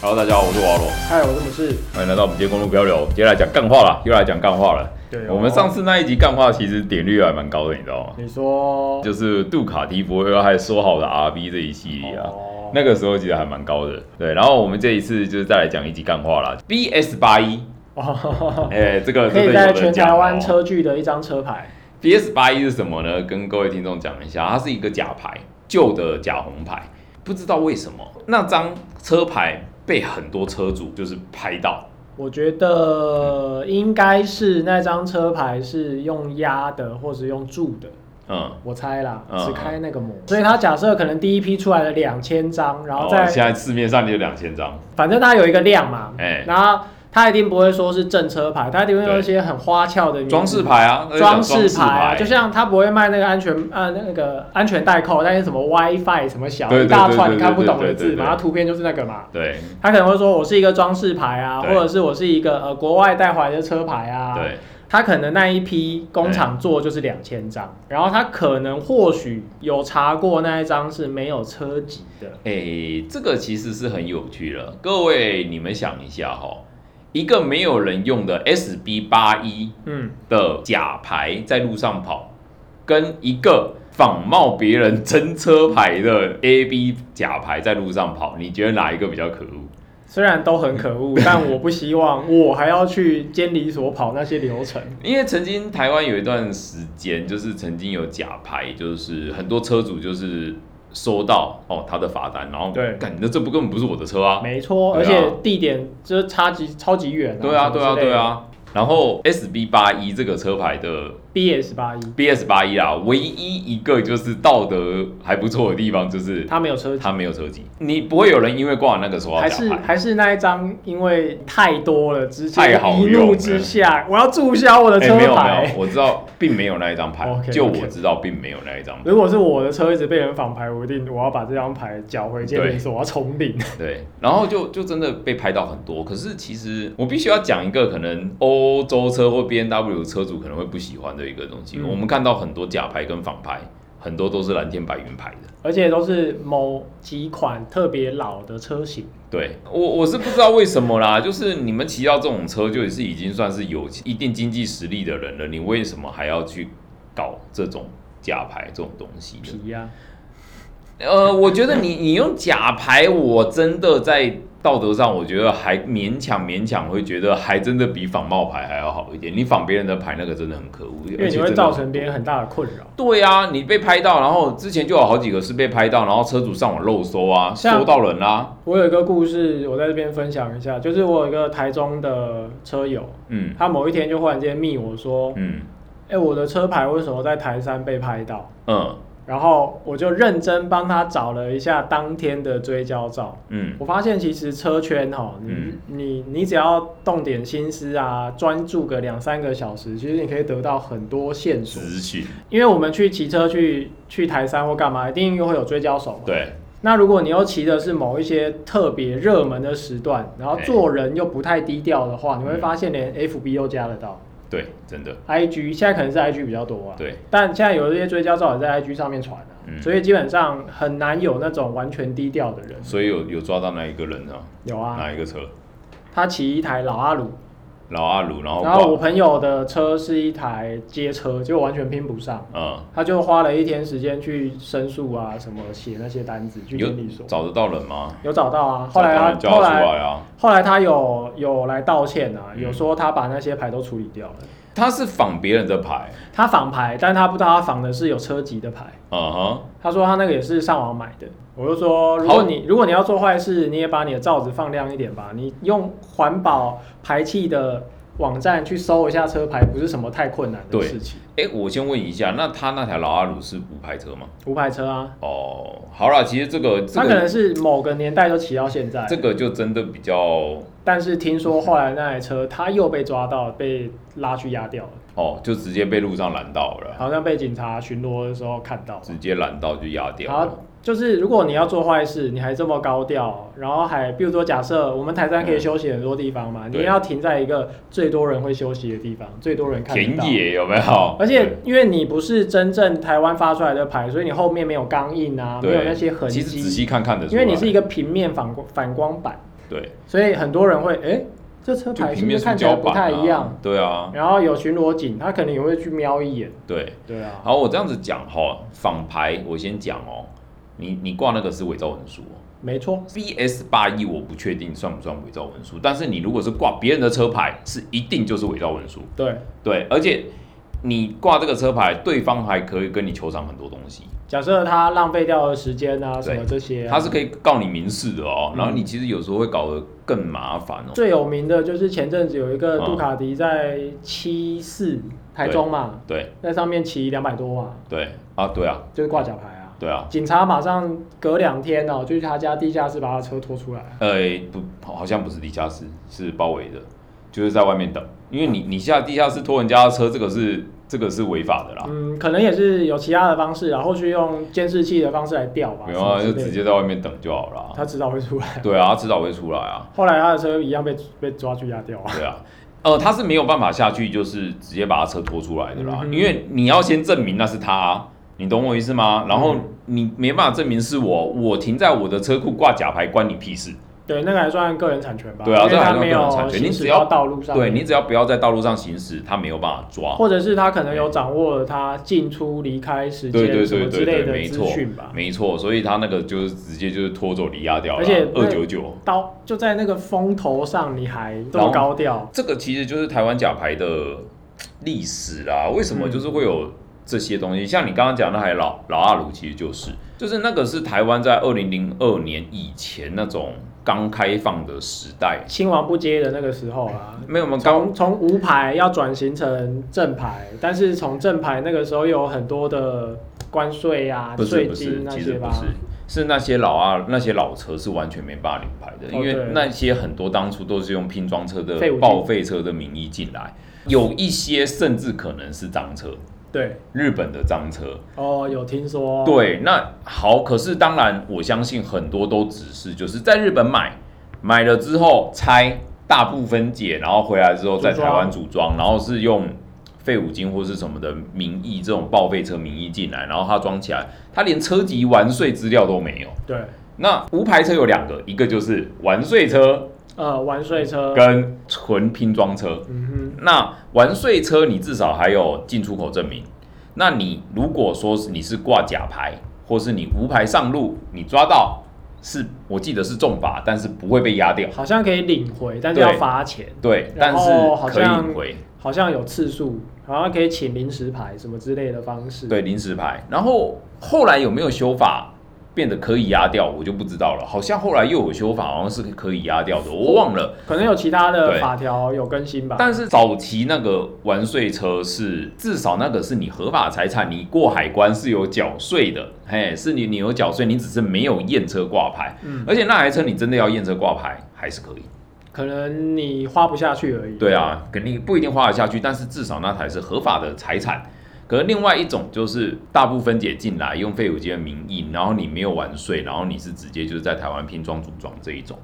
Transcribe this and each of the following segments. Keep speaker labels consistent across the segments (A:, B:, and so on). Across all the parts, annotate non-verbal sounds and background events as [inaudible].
A: Hello，大家好，我是瓦罗，
B: 嗨，我是武士。
A: 欢迎来到我们今天公路不要流。接下来讲干话了，又来讲干话了。
B: 对哦
A: 我们上次那一集干话其实点率还蛮高的，你知道吗？
B: 你说
A: 就是杜卡迪博威还有说好的 RB 这一系列啊，
B: 哦
A: 那个时候其实还蛮高的。对，然后我们这一次就是再来讲一集干话啦，BS 八一，
B: 哦，
A: 哎，这个
B: 可
A: 真
B: 以
A: 的有
B: 在
A: 人
B: 全
A: 讲
B: 台湾
A: 哦
B: 车距的一张车牌。
A: BS 八一是什么呢？跟各位听众讲一下，它是一个假牌，旧的假红牌，不知道为什么那张车牌被很多车主就是拍到，
B: 我觉得应该是那张车牌是用压的，或者用注的，
A: 嗯，
B: 我猜啦，
A: 嗯
B: 只开那个模。所以他假设可能第一批出来了两千张，然后再、
A: 哦现在市面上就两千张，
B: 反正它有一个量嘛，
A: 哎、
B: 然后他一定不会说是正车牌，他一定会用一些很花俏的名字
A: 装饰。牌啊，那就
B: 嗯装
A: 讲
B: 饰
A: 饰
B: 牌啊，就像他不会卖那个安全呃那个安全带扣，但是什么 WiFi 什么小
A: 对对
B: 一大
A: 对
B: 串
A: 对
B: 你看不懂
A: 对对
B: 的
A: 对对
B: 字嘛，它图片就是那个嘛。
A: 对
B: 他可能会说我是一个装饰牌啊，
A: 对
B: 或者是我是一个呃国外带回来的车牌啊。
A: 对，
B: 他可能那一批工厂做就是两千张，然后他可能或许有查过那一张是没有车籍的。
A: 哎、这个其实是很有趣的，各位你们想一下哈、一个没有人用的 SB 八一
B: 嗯，
A: 的假牌在路上跑，跟一个仿冒别人真车牌的 A B 假牌在路上跑，你觉得哪一个比较可恶？
B: 虽然都很可
A: [laughs]
B: 恶，但我不希望我还要去监理所跑那些流程。
A: 因为曾经台湾有一段时间，就是曾经有假牌，就是很多车主就是收到哦他的罚单，然后
B: 对
A: 干，那这不根本不是我的车啊，
B: 没错，
A: 对啊
B: 而且地点就是差级超级远、
A: 对啊
B: 什么
A: 对啊
B: 之类
A: 对
B: 的。
A: 啊。然后 S B 八一这个车牌的
B: BS 八一，
A: B S 八一啊，唯一一个就是道德还不错的地方，就是
B: 他没有车籍，
A: 他没有车籍，你不会有人因为挂那个说要
B: 还
A: 假
B: 是
A: 牌。
B: 还是那一张，因为太多了，直
A: 太
B: 接
A: 好
B: 一
A: 用了
B: 怒之下，我要注销我的
A: 哎
B: 车
A: 没有没
B: 牌
A: 有，。我知道并没有那一张牌
B: OK，OK
A: 就我知道并没有那一张牌。
B: 如果是我的车一直被人仿牌，我一定我要把这张牌缴回鉴定所，我要重领。 [laughs]
A: 对，然后就就真的被拍到很多。可是其实我必须要讲一个可能欧洲车或 B N W 车主可能会不喜欢的一个东西。
B: 嗯
A: 我们看到很多假牌跟仿牌，很多都是蓝天白云牌的。
B: 而且都是某几款特别老的车型，
A: 对我我是不知道为什么啦，就是你们骑到这种车，就是已经算是有一定经济实力的人了，你为什么还要去搞这种假牌这种东西呢？
B: 皮啊呀、
A: 呃，我觉得你你用假牌，我真的在道德上，我觉得还勉强勉强会觉得还真的比仿冒牌还要好一点。你仿别人的牌，那个真的很可恶，
B: 因
A: 而
B: 为
A: 且
B: 你会
A: 真的
B: 造成别人很大的困扰。
A: 对啊，你被拍到，然后之前就有好几个是被拍到，然后车主上网漏搜啊，
B: 像
A: 搜到人啦、啊，
B: 我有一个故事，我在这边分享一下，就是我有一个台中的车友，
A: 嗯
B: 他某一天就忽然间密我说，
A: 嗯
B: 哎、我的车牌为什么在台山被拍到？
A: 嗯
B: 然后我就认真帮他找了一下当天的追焦照。
A: 嗯，
B: 我发现其实车圈哈，你、
A: 嗯
B: 你你只要动点心思啊，专注个两三个小时，其实你可以得到很多线索。
A: 资讯，
B: 因为我们去骑车去去台山或干嘛，一定又会有追焦手嘛。
A: 对
B: 那如果你又骑的是某一些特别热门的时段，然后
A: 哎
B: 做人又不太低调的话，你会
A: 嗯
B: 发现连 FB 又加得到
A: 对，真的
B: ，IG 现在可能是 IG 比较多啊。
A: 对，
B: 但现在有一些追焦照也在 IG 上面传啊，
A: 嗯
B: 所以基本上很难有那种完全低调的人。
A: 所以有有抓到那一个人啊，
B: 有啊，
A: 哪一个车？
B: 他骑一台老阿鲁，
A: 老阿鲁，然后
B: 然后我
A: 挂，
B: 朋友的车是一台街车，结果完全拼不上，
A: 嗯，
B: 他就花了一天时间去申诉啊，什么写那些单子去
A: 有
B: 监理所，
A: 找得到人吗？
B: 有找到啊。后
A: 找
B: 来
A: 到
B: 他
A: 人叫
B: 后
A: 他出
B: 来
A: 来啊。
B: 后来他有有来道歉啊，
A: 嗯
B: 有说他把那些牌都处理掉了。
A: 他是仿别人的牌，
B: 他仿牌，但他不知道他仿的是有车籍的牌。
A: 嗯哼，
B: 他说他那个也是上网买的。我就说，如
A: 好
B: 果你如果你要做坏事，你也把你的罩子放亮一点吧。你用环保排气的网站去搜一下车牌，不是什么太困难的
A: 对
B: 事情。
A: 哎、我先问一下，那他那台老阿鲁是无牌车吗？
B: 无牌车啊，
A: 哦，好啦，其实这个这
B: 他可能
A: 个
B: 是某个年代就骑到现在，
A: 这个就真的比较
B: 但是听说后来那台车他又被抓到，被拉去押掉了，
A: 哦，就直接被路上拦到了，
B: 好像被警察巡逻的时候看到。
A: 直接拦到就压掉
B: 然后
A: 了。
B: 就是如果你要做坏事，你还这么高调，然后还比如说假设我们台山可以休息很多地方嘛，
A: 嗯
B: 你要停在一个最多人会休息的地方，最多人看
A: 田
B: 得到。
A: 野有没有？
B: 而
A: 对
B: 且因为你不是真正台湾发出来的牌，所以你后面没有钢印啊，没有那些痕
A: 其实仔
B: 迹，
A: 细看看的，啊
B: 因为你是一个平面反光反光板，
A: 对，
B: 所以很多人会哎、诶这车
A: 就
B: 牌是
A: 平
B: 不
A: 面
B: 是
A: 塑
B: 看起来
A: 胶
B: 不
A: 板、啊、
B: 太一样？
A: 对啊，
B: 然后有巡逻警，他可能也会去瞄一眼。
A: 对。
B: 对啊，
A: 好，我这样子讲哈，仿牌我先讲哦，你你挂那个是伪造文书、哦。
B: 没错，
A: BS 八一我不确定算不算伪造文书，但是你如果是挂别人的车牌，是一定就是伪造文书。
B: 对，
A: 对，而且你挂这个车牌，对方还可以跟你求偿很多东西，
B: 假设他浪费掉了时间啊，
A: 对
B: 什么这些啊、
A: 他是可以告你民事的哦。
B: 嗯
A: 然后你其实有时候会搞得更麻烦哦。
B: 最有名的就是前阵子有一个
A: 嗯
B: 杜卡迪在七四台中嘛，
A: 对
B: 在上面骑两百多瓦，
A: 对啊，对啊，
B: 就是挂假牌啊。
A: 对啊，
B: 警察马上隔两天哦、就去他家地下室把他车拖出来。
A: 呃，不，好像不是地下室，是包围的，就是在外面等，因为你你下地下室拖人家的车，这个是这个是违法的啦。
B: 嗯，可能也是有其他的方式，然后后续用监视器的方式来调吧。
A: 没有啊，就
B: 什么之类的
A: 直接在外面等就好了啊。
B: 哦他迟早会出来。
A: 对啊，迟早会出来啊。
B: 后来他的车一样被被抓去押掉啊。
A: 对啊，呃，他是没有办法下去，就是直接把他车拖出来的啦，
B: 嗯哼
A: 因为你要先证明那是他啊、你懂我意思吗？然后
B: 嗯
A: 你没办法证明是我，我停在我的车库挂假牌，关你屁事。
B: 对，那个还算个人产权吧？
A: 对啊
B: 因为
A: 这还
B: 他
A: 算
B: 没
A: 个人
B: 有
A: 产权
B: 行
A: 你
B: 驶
A: 只要
B: 到道路上
A: 对
B: 面，
A: 你只要不要在道路上行驶，他没有办法抓。
B: 或者是他可能有掌握了他进出、离开时
A: 对对
B: 间什
A: 对
B: 么之
A: 对
B: 类
A: 对，
B: 的
A: 没
B: 资
A: 错
B: 讯吧，。
A: 没错，所以他那个就是直接就是拖走离押掉了，
B: 而且那
A: 二九九。
B: 到就在那个风头上，你还这么高调，
A: 这个其实就是台湾假牌的嘖历史啦。为什么
B: 嗯
A: 就是会有这些东西？像你刚刚讲的那台老老阿鲁，其实就是就是那个是台湾在二零零二年以前那种刚开放的时代，
B: 亲王不接的那个时候啊。
A: 没有我们刚
B: 从从无牌要转型成正牌，但是从正牌那个时候有很多的关税啊、
A: 不是
B: 税
A: 不是
B: 金，那
A: 其实
B: 些吧
A: 不。是。是那些老啊，那些老车是完全没办法领牌的，
B: 哦
A: 因为
B: 对
A: 那些很多当初都是用拼装车的
B: 废物进
A: 报废车的名义进来，有一些甚至可能是赃车，
B: 对，
A: 日本的赃车，
B: 哦，有听说。
A: 对，那好，可是当然，我相信很多都只是就是在日本买，买了之后拆，大部分解，然后回来之后在
B: 组装
A: 台湾组装，然后是用废五金或是什么的名义，这种报废车名义进来，然后它装起来，它连车籍完税资料都没有。
B: 对，
A: 那无牌车有两个，一个就是完税车
B: 呃，玩税
A: 嗯
B: 车，
A: 跟纯拼装车。
B: 嗯哼，
A: 那完税车你至少还有进出口证明。那你如果说是你是挂假牌，或是你无牌上路，你抓到是我记得是重罚，但是不会被押掉。
B: 好像可以领回，但是要罚钱，
A: 对，
B: 然
A: 但
B: 后
A: 是
B: 哦好
A: 可以
B: 像
A: 领回，
B: 好像有次数，好像可以请临时牌什么之类的方式。，
A: 对临时牌。然后后来有没有修法变得可以押掉，我就不知道了。好像后来又有修法，好像是可以押掉的，我忘了。
B: 可能有其他的
A: 对
B: 法条有更新吧。
A: 但是早期那个完税车是至少那个是你合法财产，你过海关是有缴税的，嘿，是你你有缴税，你只是没有验车挂牌，
B: 嗯，
A: 而且那台车你真的要验车挂牌还是可以。
B: 可能你花不下去而已。
A: 对，啊，肯定不一定花得下去，但是至少那台是合法的财产。可是另外一种就是大部分解进来用废五金的名义，然后你没有完税，然后你是直接就是在台湾拼装组装这一种。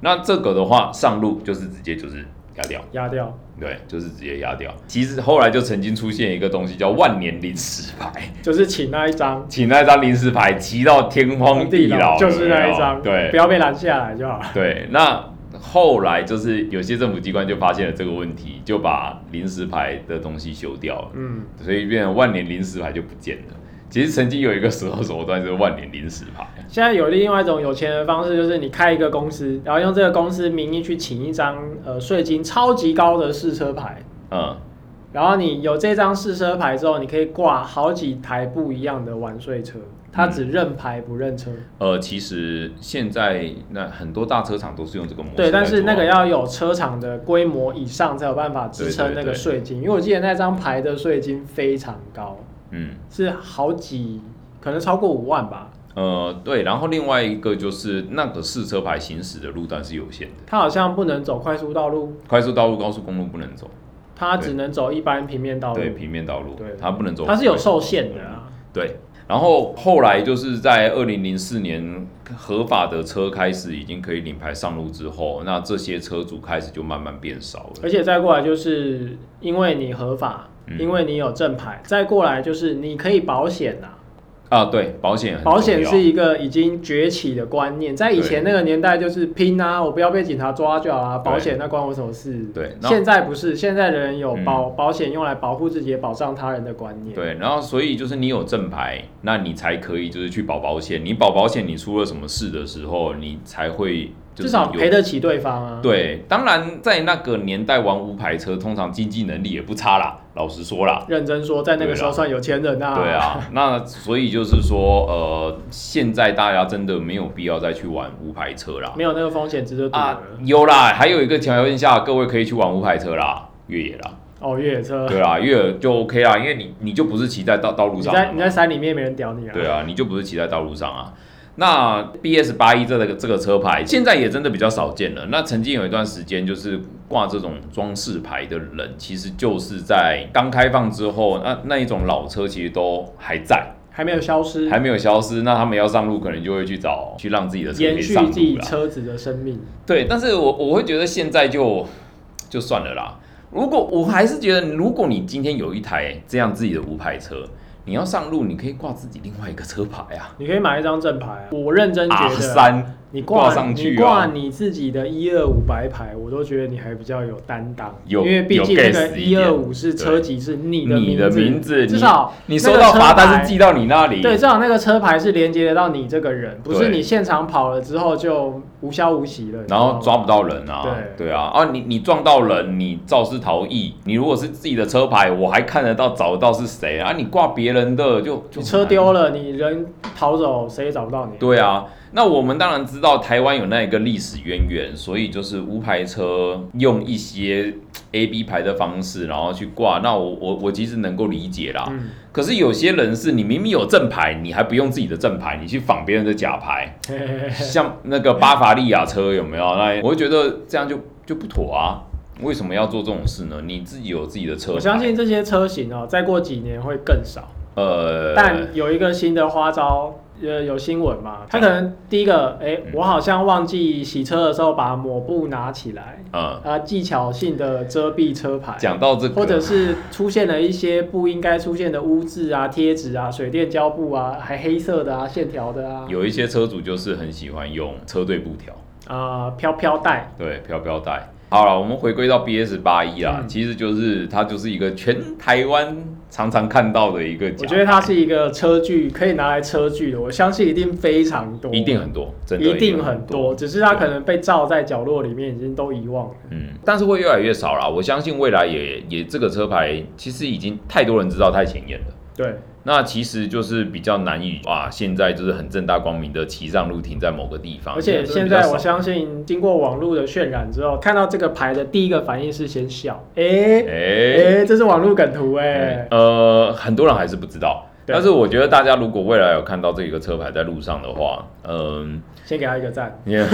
A: 那这个的话上路就是直接就是压掉。
B: 压掉。
A: 对，就是直接压掉。其实后来就曾经出现一个东西叫万年临时牌， [laughs]
B: 就是请那一张
A: 请那张临时牌骑到天荒地老，
B: 哦就是那一张，
A: 有没有
B: 不
A: 对
B: 要被拦下来就好了。
A: 对，那后来就是有些政府机关就发现了这个问题，就把临时牌的东西修掉了，
B: 嗯，
A: 所以变成万年临时牌就不见了。其实曾经有一个时候手段是万年临时牌，
B: 现在有另外一种有钱的方式，就是你开一个公司，然后用这个公司名义去请一张呃税金超级高的试车牌，
A: 嗯，
B: 然后你有这张试车牌之后，你可以挂好几台不一样的完税车，它只认牌不认车。
A: 呃，其实现在那很多大车厂都是用这个模式
B: 对，但
A: 来
B: 是
A: 做
B: 那个
A: 啊
B: 要有车厂的规模以上才有办法支撑那
A: 对对
B: 个
A: 对
B: 税金，因为我记得那张牌的税金非常高，
A: 嗯。
B: 是好几，可能超过五万吧。
A: 呃，对，然后另外一个就是那个试车牌行驶的路段是有限的，
B: 它好像不能走快速道路，
A: 快速道路、高速公路不能走，
B: 它只能走一般平面道路
A: 对，，平面道路
B: 对，
A: 它不能走，
B: 它是有受限的啊。
A: 对。然后后来就是在二零零四年合法的车开始已经可以领牌上路之后，那这些车主开始就慢慢变少了。
B: 而且再过来就是因为你合法，
A: 嗯
B: 因为你有正牌，再过来就是你可以保险呐、
A: 啊，对，保险很
B: 保险
A: 重要
B: 是一个已经崛起的观念，在以前那个年代就是拼啊，我不要被警察抓就好啦，保险那关我什么事？
A: 对那
B: 现在不是，现在的人有
A: 嗯
B: 保、保险用来保护自己、也保障他人的观念。
A: 对，然后所以就是你有正牌，那你才可以就是去保保险。你保保险，你出了什么事的时候，你才会就是
B: 至少
A: 有
B: 赔得起对方啊。，
A: 对，当然在那个年代玩无牌车，通常经济能力也不差啦，老实说啦。
B: 认真说，在那
A: 对
B: 个
A: 啦
B: 时候算有钱人啊。
A: 对，啊，那所以就是说，呃，现在大家真的没有必要再去玩无牌车啦。
B: 没有那个风险值得赌
A: 啊
B: 了。，
A: 有啦，还有一个条件下，各位可以去玩无牌车啦，越野
B: [laughs]
A: 啦，
B: 哦，越野车，
A: 对啊啦，越野就 OK 啦，因为你你就不是骑在道道路
B: 你
A: 上的
B: 在
A: 嘛，
B: 你在山里面没人屌你啊。
A: 对啊，你就不是骑在道路上啊。那 BS 八一这个这个车牌现在也真的比较少见了。那曾经有一段时间，就是挂这种装饰牌的人，其实就是在刚开放之后，那那一种老车其实都还在，
B: 还没有消失，
A: 还没有消失。那他们要上路，可能就会去找去让自己的车可
B: 延
A: 以
B: 续
A: 上
B: 自己
A: 路啊啦。
B: 车子的生命。
A: 对，但是我我会觉得现在就就算了啦。如果我还是觉得，如果你今天有一台这样自己的无牌车，你要上路，你可以挂自己另外一个车牌啊。
B: 你可以买一张正牌啊，我认真觉
A: 啊
B: 得
A: 三，
B: 你
A: 挂
B: 挂
A: 上去
B: 你
A: 哦
B: 挂你自己的一二五白牌，我都觉得你还比较有担当，
A: 有
B: 因为毕竟
A: 有
B: 那个
A: gas 一
B: 一
A: 点
B: 二五是车籍是你的
A: 你的名字，
B: 至少
A: 你你
B: 那个
A: 收到
B: 车
A: 罚单
B: 牌
A: 是寄到你那里，
B: 对，至少那个车牌是连接得到你这个人，不是
A: 对
B: 你现场跑了之后就无消无息了，你知
A: 然
B: 道吗
A: 后抓不到人啊，
B: 对
A: 啊，啊你你撞到人，你肇事逃逸，你如果是自己的车牌，我还看得到找得到是谁啊，你挂别人的就就
B: 你
A: 很
B: 车
A: 难
B: 丢了，你人逃走，谁也找不到你。
A: 对啊，那我们当然知道台湾有那一个历史渊源，所以就是无牌车用一些 A B 牌的方式，然后去挂。那我我我其实能够理解啦。
B: 嗯，
A: 可是有些人是你明明有正牌，你还不用自己的正牌，你去仿别人的假牌，
B: [laughs] 嘿嘿嘿嘿
A: 像那个巴伐利亚车有没有？那我会觉得这样就就不妥啊。为什么要做这种事呢？你自己有自己的车牌，
B: 我相信这些车型哦，再过几年会更少。
A: 呃，
B: 但有一个新的花招，呃，有新闻嘛？他可能第一个，哎、
A: 嗯
B: 我好像忘记洗车的时候把抹布拿起来，
A: 呃，
B: 啊，技巧性的遮蔽车牌，
A: 讲到这个，
B: 或者是出现了一些不应该出现的污渍啊、贴纸啊、水电胶布啊，还黑色的啊、线条的啊，
A: 有一些车主就是很喜欢用车队布条。
B: 啊飘飘带，
A: 对，飘飘带。好了，我们回归到 BS 八一啦，
B: 嗯
A: 其实就是它就是一个全台湾常常看到的一个假
B: 我
A: 牌，
B: 觉得它是一个车具，可以拿来车具的，我相信一定非常多，
A: 一定很多，真的
B: 一定
A: 很
B: 很多，。只是它可能被罩在角落里面，已经都遗忘了。
A: 嗯，但是会越来越少啦。我相信未来也也这个车牌其实已经太多人知道太显眼了。
B: 对，
A: 那其实就是比较难以哇，现在就是很正大光明的骑上路停在某个地方，哎
B: 而且
A: 真的
B: 现
A: 比较
B: 在
A: 少
B: 我相信，经过网络的渲染之后，看到这个牌的第一个反应是先笑，哎、
A: 哎、
B: 哎、这是网络梗图哎、
A: 呃，很多人还是不知道。
B: 对
A: 但是我觉得大家如果未来有看到这个车牌在路上的话，嗯、
B: 先给他一个赞。
A: [laughs] 你嗯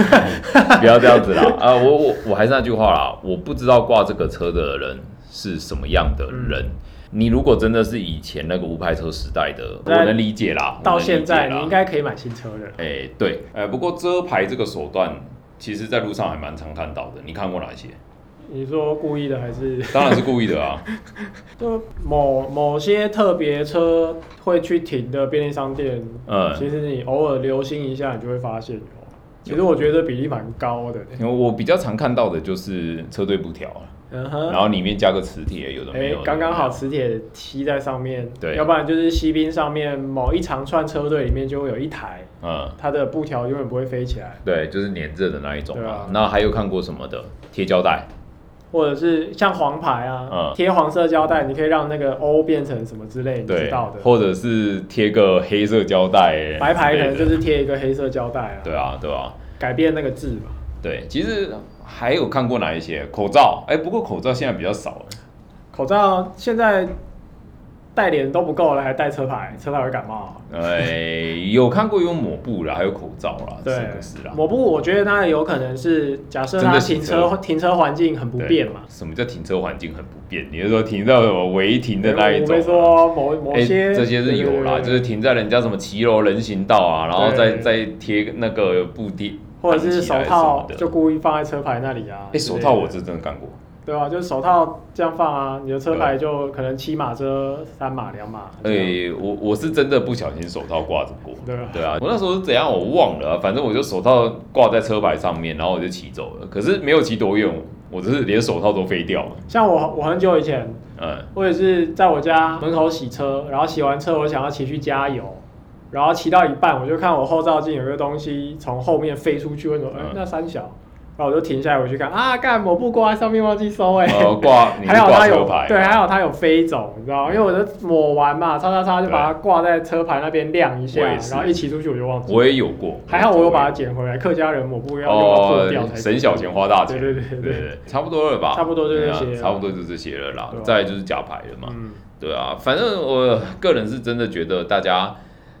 A: 不要这样子啦！啊、我我我还是那句话啦，我不知道挂这个车的人是什么样的人。你如果真的是以前那个无牌车时代的，我
B: 那
A: 能理解啦。
B: 到
A: 我能理解
B: 现在
A: 啦
B: 你应该可以买新车了，
A: 哎、对，哎、不过遮牌这个手段，其实在路上还蛮常看到的。你看过哪些？
B: 你说故意的还是？
A: 当然是故意的
B: [laughs]
A: 啊。
B: 就某某些特别车会去停的便利商店，
A: 嗯，
B: 其实你偶尔留心一下，你就会发现有。哦其实我觉得比例蛮高的、
A: 因为我比较常看到的就是车队布条啊，
B: 嗯
A: 然
B: 哼，
A: 后里面加个磁铁，有的没
B: 哎
A: 有，的。
B: 刚刚好磁铁吸在上面，
A: 对
B: 要不然就是西滨上面某一长串车队里面就会有一台，
A: 嗯，
B: 它的布条永远不会飞起来，
A: 对，就是粘着的那一种
B: 对
A: 啊
B: 啊。
A: 那还有看过什么的？贴胶带。
B: 或者是像黄牌啊
A: 嗯，
B: 贴、黄色胶带，你可以让那个 O 变成什么之类，你
A: 对，
B: 知道的。
A: 或者是贴个黑色胶带，
B: 白牌可能就
A: 之类的
B: 是贴一个黑色胶带啊，
A: 对啊，对啊，
B: 改变那个字嘛。
A: 对，其实还有看过哪一些口罩？哎、不过口罩现在比较少了，
B: 口罩现在戴脸都不够了，还戴车牌，车牌会感冒啊、
A: 哎、有看过有抹布啦，还有口罩啦，
B: 对
A: 是不是啦？
B: 抹布我觉得它有可能是假设
A: 真
B: 它
A: 的洗
B: 停车
A: 车
B: 停车环境很不
A: 对
B: 便嘛。
A: 什么叫停车环境很不便？你是说停到什么违停的那一
B: 我
A: 种啊
B: 没？说某某
A: 哎
B: 些、
A: 这些是有啦，
B: 对对对
A: 就是停在人家什么骑楼人行道啊，然后再
B: 对
A: 再贴那个布贴，
B: 或者是手
A: 绑起来什么
B: 套
A: 的
B: 就故意放在车牌那里啊。
A: 哎、
B: 之类
A: 手
B: 的
A: 套我是真的干过，
B: 对吧、就是手套这样放啊，你的车
A: 对
B: 牌就可能七码遮三码两码。
A: 哎、我我是真的不小心手套挂着过，
B: 对啊
A: 对啊，我那时候是怎样我忘了啊、反正我就手套挂在车牌上面，然后我就骑走了。可是没有骑多远，我只是连手套都飞掉了。
B: 像我，我很久以前，
A: 嗯，
B: 我也是在我家门口洗车，然后洗完车，我想要骑去加油，然后骑到一半，我就看我后照镜有个东西从后面飞出去，我说：“哎、
A: 嗯
B: 那三小。”然后我就停下来，我去看啊，干抹布挂在上面忘记收 [laughs] 哎、
A: 呃，挂你是
B: 还好
A: 挂
B: 它
A: 车
B: 有
A: 牌，啊
B: 对，还好它有飞走，你知道吗？因为我的抹完嘛，擦擦擦就把它挂在车牌那边晾一下，
A: 我也是
B: 然后一骑出去我就忘记。
A: 我也有过，
B: 还好我有把它捡回来，客家人抹布要用到破掉
A: 哦
B: 才，
A: 省小钱花大钱，
B: 对对对
A: 对
B: 对
A: 对，差不多了吧？
B: 差不多就这些
A: 对啊差不多就这些了啦
B: 对啊。
A: 再来就是假牌了嘛，
B: 嗯，
A: 对啊，反正我个人是真的觉得大家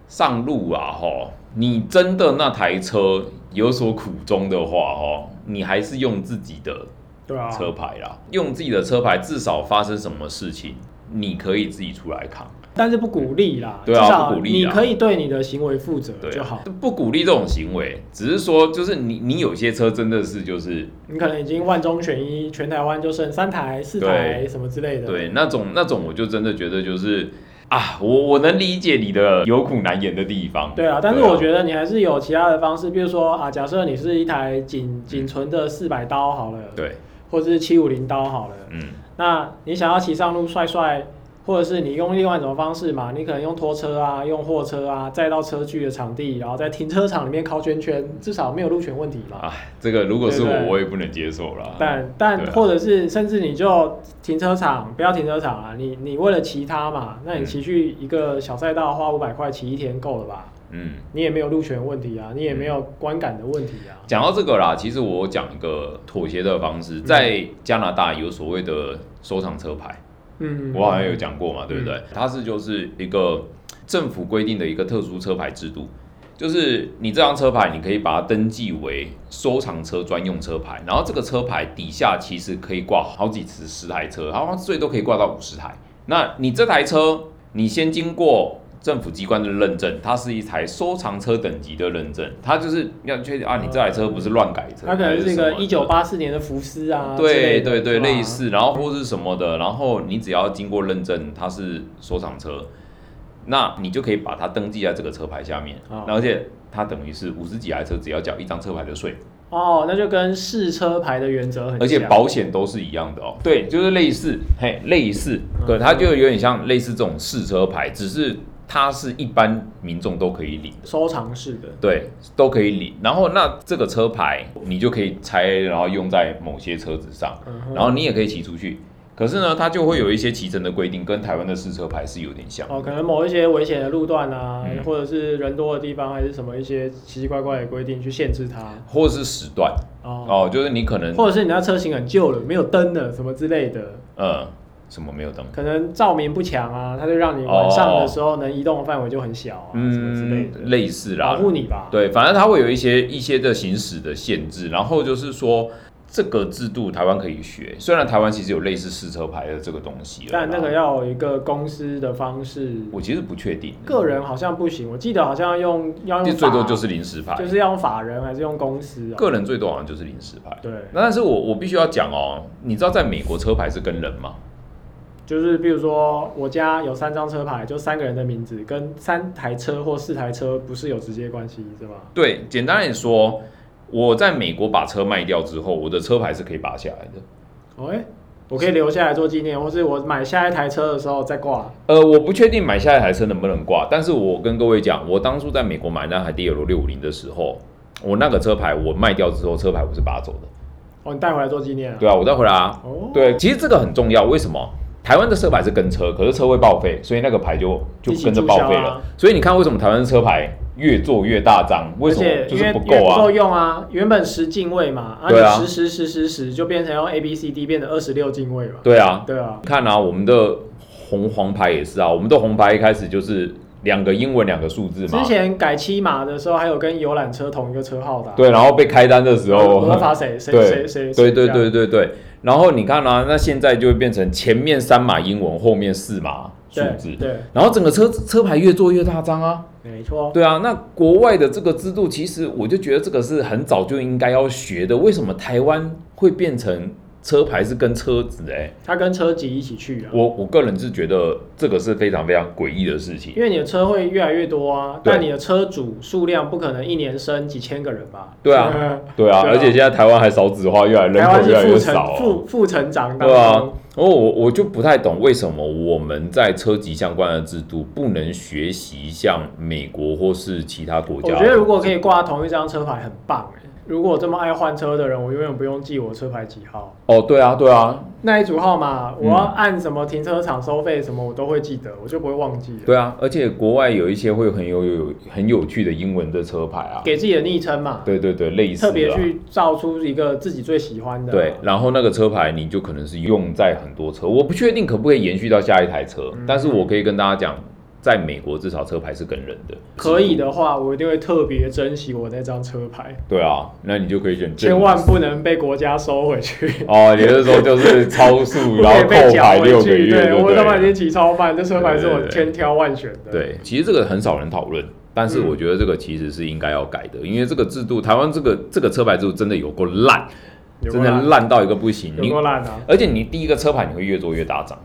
A: 上路啊，吼，你真的那台车有所苦衷的话，吼，你还是用自己的
B: 对啊，
A: 车牌啦，用自己的车牌，至少发生什么事情，你可以自己出来扛。
B: 但是不鼓励啦，
A: 对啊
B: 至少
A: 不鼓励
B: 你
A: 啦
B: 可以对你的行为负责
A: 对啊
B: 就好。
A: 不鼓励这种行为，只是说，就是你你有些车真的是就是
B: 你可能已经万中选一，全台湾就剩三台、四台
A: 对
B: 什么之类的。
A: 对，那种那种，我就真的觉得就是啊，我我能理解你的有苦难言的地方。
B: 对啊，但是
A: 对啊
B: 我觉得你还是有其他的方式，比如说啊，假设你是一台仅仅存的四百刀好了，，
A: 嗯对，
B: 或者是七五零刀好了，
A: 嗯，
B: 那你想要骑上路帅帅，或者是你用另外一种方式嘛，你可能用拖车啊，用货车啊，再到车距的场地，然后在停车场里面靠圈圈，至少没有路权问题嘛。
A: 啊，这个如果是
B: 对对
A: 我，我也不能接受啦。
B: 但但、
A: 对啊
B: 或者是甚至你就停车场不要停车场啊，你你为了骑它嘛，那你骑去一个小赛道花五百块骑一天够了吧？
A: 嗯，
B: 你也没有路权问题啊，你也没有观感的问题啊。
A: 讲到这个啦，其实我讲一个妥协的方式，在加拿大有所谓的收藏车牌，
B: 嗯，
A: 我好像有讲过嘛，对不对？它是就是一个政府规定的一个特殊车牌制度。就是你这张车牌，你可以把它登记为收藏车专用车牌，然后这个车牌底下其实可以挂好几十十台车，好像最多可以挂到五十台。那你这台车，你先经过政府机关的认证，它是一台收藏车等级的认证，它就是要确定啊，你这台车不是乱改车，
B: 它可能是一
A: 还
B: 个
A: 什么
B: 一九八四年的福斯啊，之
A: 对
B: 类的
A: 对对，
B: 是吧
A: 类似，然后或是什么的，然后你只要经过认证，它是收藏车，那你就可以把它登记在这个车牌下面，
B: 哦
A: 那而且它等于是五十几台车只要缴一张车牌的税，
B: 哦，那就跟试车牌的原则很像，
A: 而且保险都是一样的哦。对，就是类似，嘿，类似，
B: 嗯
A: 对，它就有点像类似这种试车牌，只是它是一般民众都可以领。
B: 收藏式的，
A: 对，都可以领。然后那这个车牌你就可以拆，然后用在某些车子上。
B: 嗯
A: 然
B: 哼，
A: 后你也可以骑出去。可是呢，它就会有一些骑乘的规定，跟台湾的试车牌是有点像。
B: 哦，可能某一些危险的路段啊，
A: 嗯
B: 或者是人多的地方，还是什么一些奇奇怪怪的规定去限制它，
A: 或是时段
B: 哦，
A: 哦，就是你可能
B: 或者是你那车型很旧了，没有灯了，什么之类的，
A: 呃什么没有灯，
B: 可能照明不强啊，它就让你晚上的时候能移动的范围就很小啊，什么之类的，
A: 哦嗯类似啦
B: 保，护你吧，
A: 对，反正它会有一些一些的行驶的限制。然后就是说，这个制度台湾可以学，虽然台湾其实有类似试车牌的这个东西了
B: 但那个
A: 啦
B: 要有一个公司的方式，
A: 我其实不确定，
B: 个人好像不行，我记得好像要用要用
A: 最多
B: 法
A: 就是临时牌，
B: 就是要用法人还是用公司啊？
A: 个人最多好像就是临时牌。
B: 对，
A: 那但是我我必须要讲哦，你知道在美国车牌是跟人吗？
B: 就是比如说我家有三张车牌，就三个人的名字，跟三台车或四台车不是有直接关系，是吧？
A: 对，简单点说，我在美国把车卖掉之后，我的车牌是可以拔下来的。
B: 哦，哎、我可以留下来做纪念，或是我买下一台车的时候再挂。
A: 呃，我不确定买下一台车能不能挂，但是我跟各位讲，我当初在美国买那台 DL 六五零的时候，我那个车牌我卖掉之后，车牌我是拔走的。
B: 哦，你带回来做纪念啊？
A: 对啊，我再回来啊。
B: 哦，
A: 对，其实这个很重要，为什么？台湾的车牌是跟车，可是车会报废，所以那个牌就就
B: 一起
A: 跟着
B: 注
A: 报
B: 销
A: 废
B: 啊
A: 了。所以你看，为什么台湾的车牌越做越大张？为
B: 而
A: 什么
B: 且
A: 就
B: 因为
A: 是不
B: 因为
A: 够
B: 不
A: 啊
B: 够？用啊，原本十进位嘛，啊
A: 对啊
B: 你十十十十十就变成用 A B C D 变成二十六进位嘛。
A: 对啊，
B: 对啊，
A: 你看啊，我们的红黄牌也是啊，我们的红牌一开始就是两个英文两个数字嘛
B: 之，前改七码的时候还有跟游览车同一个车号的啊、
A: 对，然后被开单的时候，
B: 我罚谁谁谁
A: 对
B: 谁
A: 对对
B: 谁这样
A: 对对对，然后你看啊，那现在就会变成前面三码英文，后面四码数字
B: 对，对，
A: 然后整个车车牌越做越大张啊，
B: 没错。
A: 对啊，那国外的这个制度，其实我就觉得这个是很早就应该要学的，为什么台湾会变成？车牌是跟车子哎、
B: 它跟车籍一起去啊，
A: 我我个人是觉得这个是非常非常诡异的事情。
B: 因为你的车会越来越多啊，
A: 对
B: 但你的车主数量不可能一年升几千个人吧？
A: 对啊，对啊，
B: 对啊
A: 而且现在台湾还少子化，越来人
B: 台湾
A: 口
B: 是
A: 越来越
B: 负
A: 少、
B: 成
A: 啊。
B: 负负成长当
A: 对啊
B: 中，，
A: 我我我就不太懂为什么我们在车籍相关的制度不能学习像美国或是其他国
B: 我
A: 家的。
B: 觉得如果可以挂同一张车牌，很棒哎、如果我这么爱换车的人，我永远不用记我车牌几号，
A: 哦，对啊，对啊，
B: 那一组号码，
A: 嗯
B: 我要按什么停车场收费什么，我都会记得，我就不会忘记了。
A: 对啊，而且国外有一些会很有有很有趣的英文的车牌啊，
B: 给自己的昵称嘛，
A: 对对对，类似
B: 特别
A: 的啊、
B: 去啊造出一个自己最喜欢的、
A: 对，，然后那个车牌你就可能是用在很多车，我不确定可不可以延续到下一台车，
B: 嗯
A: 但是我可以跟大家讲，在美国至少车牌是跟人的，
B: 可以的话，我一定会特别珍惜我那张车牌，
A: 对啊，那你就可以选
B: 千万不能被国家收回去。
A: 哦，你是说就是超速，
B: [laughs] 不
A: 然后
B: 可以被
A: 扣
B: 缴
A: 牌
B: 回
A: 六个
B: 去，
A: 月，
B: 对
A: 对不
B: 我他妈已
A: 对
B: 经骑超慢，这车牌是我千挑万选的。
A: 对，其实这个很少人讨论，但是
B: 嗯
A: 我觉得这个其实是应该要改的，因为这个制度，台湾这个这个车牌制度真的有够烂，
B: 有
A: 真
B: 够
A: 的
B: 烂，
A: 烂到一个不行，
B: 有
A: 你
B: 够烂啊！
A: 而且你第一个车牌你会越做越大张，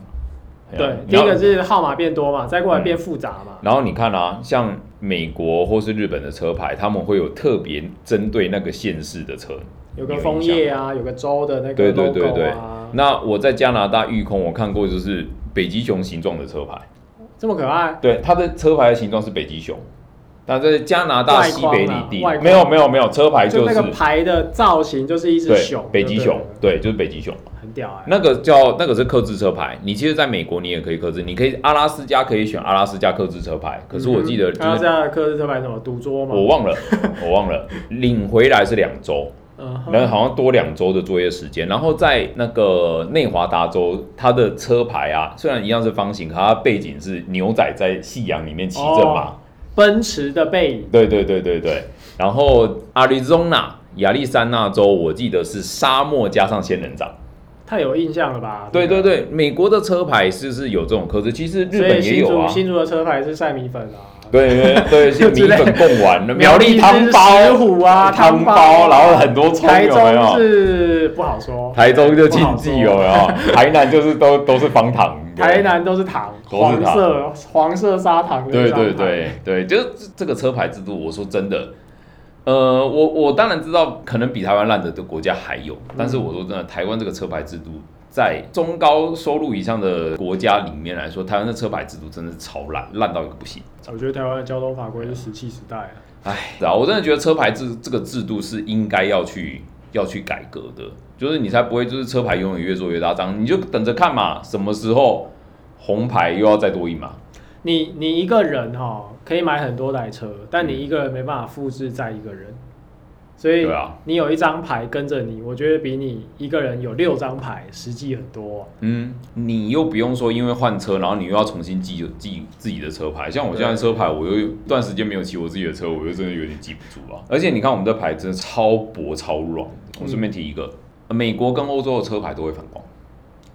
A: 哎呀
B: 对，
A: 你
B: 第一
A: 要嗯
B: 个是号码变多嘛，再过来变复杂嘛。
A: 然后你看啊，像美国或是日本的车牌，他们会有特别针对那个县市的车，
B: 有个
A: 有影
B: 枫叶啊，有个州的那个
A: 对对
B: logo
A: 对对
B: 啊，。
A: 那我在加拿大育空，我看过就是北极熊形状的车牌，
B: 这么可爱，
A: 对，它的车牌的形状是北极熊。那在加拿大西北领地，
B: 外框啊外框
A: 没有没有没有，车牌
B: 就那
A: 是
B: 个牌的造型就是一只
A: 对
B: 熊，
A: 北极
B: 对
A: 熊
B: 不对，
A: 对，就是北极熊。
B: 很屌哎。
A: 那个叫那个是克制车牌，你其实在美国你也可以克制，你可以阿拉斯加可以选阿拉斯加克制车牌，可是我记得
B: 嗯
A: 就
B: 他
A: 是
B: 这样的克制车牌什么赌桌嘛，
A: 我忘了， [laughs] 我忘了，领回来是两周，
B: 嗯哼
A: 然后好像多两周的作业时间。然后在那个内华达州，它的车牌啊，虽然一样是方形，可它背景是牛仔在夕阳里面骑着马。
B: 哦奔驰的背影，
A: 对对对对对。然后 Arizona 亚利桑那州，我记得是沙漠加上仙人掌。
B: 太有印象了吧？
A: 对
B: 这
A: 对
B: 个。
A: 对，美国的车牌是是有这种克制，其实日
B: 所以
A: 本也
B: 新
A: 有
B: 竹
A: 啊。
B: 新竹的车牌是晒米粉啊，
A: 对对对，是米粉贡丸、苗
B: 苗
A: 栗
B: 栗
A: 汤
B: 是
A: 包、
B: 石虎啊
A: 汤
B: 汤包
A: 然后很多葱
B: 台
A: 有没有
B: 中？是不好说，
A: 台中就禁忌有没有？台南就是都都是方糖。对
B: 台。南都是糖，
A: 都
B: 黄
A: 是糖
B: 色黄色砂糖的
A: 对
B: 砂糖
A: 对对对，就是这个车牌制度，我说真的，呃，我我当然知道，可能比台湾烂的的国家还有，但是我说真的，台湾这个车牌制度。在中高收入以上的国家里面来说，台湾的车牌制度真的是超烂，烂到一个不行。
B: 我觉得台湾的交通法规是石器时代啊。
A: 唉，是啊，我真的觉得车牌制这个制度是应该要去要去改革的，就是你才不会就是车牌永远越做越大张，你就等着看嘛，什么时候红牌又要再多一码。
B: 你你一个人哈、可以买很多台车，但你一个人没办法复制在一个人，所以
A: 嗯对啊
B: 你有一张牌跟着你，我觉得比你一个人有六张牌实际很多啊、
A: 嗯，你又不用说因为换车，然后你又要重新记记自己的车牌。像我现在车牌，我又有一段时间没有骑我自己的车，我又真的有点记不住啊。而且你看我们的牌真的超薄超软。我顺便提一个，美国跟欧洲的车牌都会反光，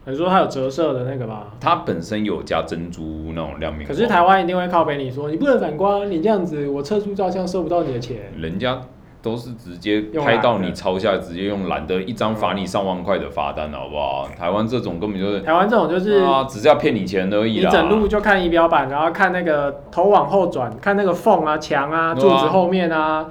B: 你说它有折射的那个吧？
A: 它本身有加珍珠那种亮面光。
B: 可是台湾一定会靠北你说你不能反光，你这样子我测速照相收不到你的钱。
A: 人家都是直接
B: 用
A: 拍到
B: 蓝的
A: 你抄下来，直接用蓝的一张罚你上万块的罚单，好不好？台湾这种根本就是
B: 台湾这种就是
A: 啊，只是要骗你钱而已
B: 你
A: 啦。
B: 整路就看仪表板，然后看那个头往后转，看那个缝啊、墙啊、
A: 对
B: 柱
A: 啊
B: 子后面啊、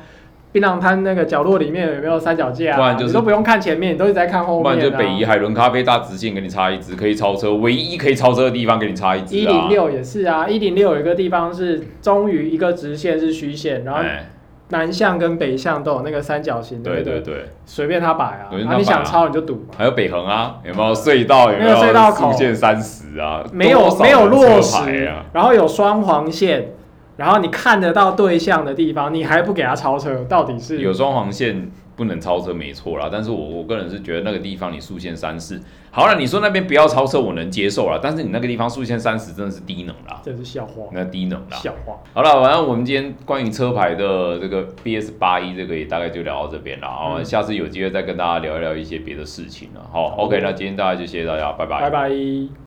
B: 槟榔摊那个角落里面有没有三脚架、
A: 不
B: 啊，
A: 然就是
B: 你都不用看前面，你都一直在看后
A: 不
B: 面、啊。
A: 然就北宜海伦咖啡大直线给你插一支，可以超车，唯一可以超车的地方给你插一支
B: 一
A: 啊
B: 零。六也是啊，一零六有一个地方是终于一个直线是虚线，然后
A: 哎，
B: 南向跟北向都有那个三角形的那
A: 对对
B: 个，
A: 对，
B: 随便他摆啊，
A: 随便
B: 然
A: 他
B: 后你
A: 摆啊
B: 想超你就堵嘛，
A: 还有北横啊，有没有隧道？有没
B: 那个隧道口
A: 速限三十啊？
B: 没有
A: 多少
B: 没有落
A: 车牌
B: 实
A: 啊？，
B: 然后有双黄线，然后你看得到对象的地方，你还不给他超车，到底是
A: 有双黄线不能超车，没错啦。但是我我个人是觉得那个地方你速限三十，好了，你说那边不要超车，我能接受啦。但是你那个地方速限三十真的是低能啦，
B: 这是笑话，
A: 那低能啦。
B: 笑话。
A: 好了，反正我们今天关于车牌的这个 BS 八一这个也大概就聊到这边了啊，
B: 嗯
A: 下次有机会再跟大家聊一聊一些别的事情了。好
B: 好
A: ，OK，那今天大家就谢谢大家，拜拜。
B: 拜拜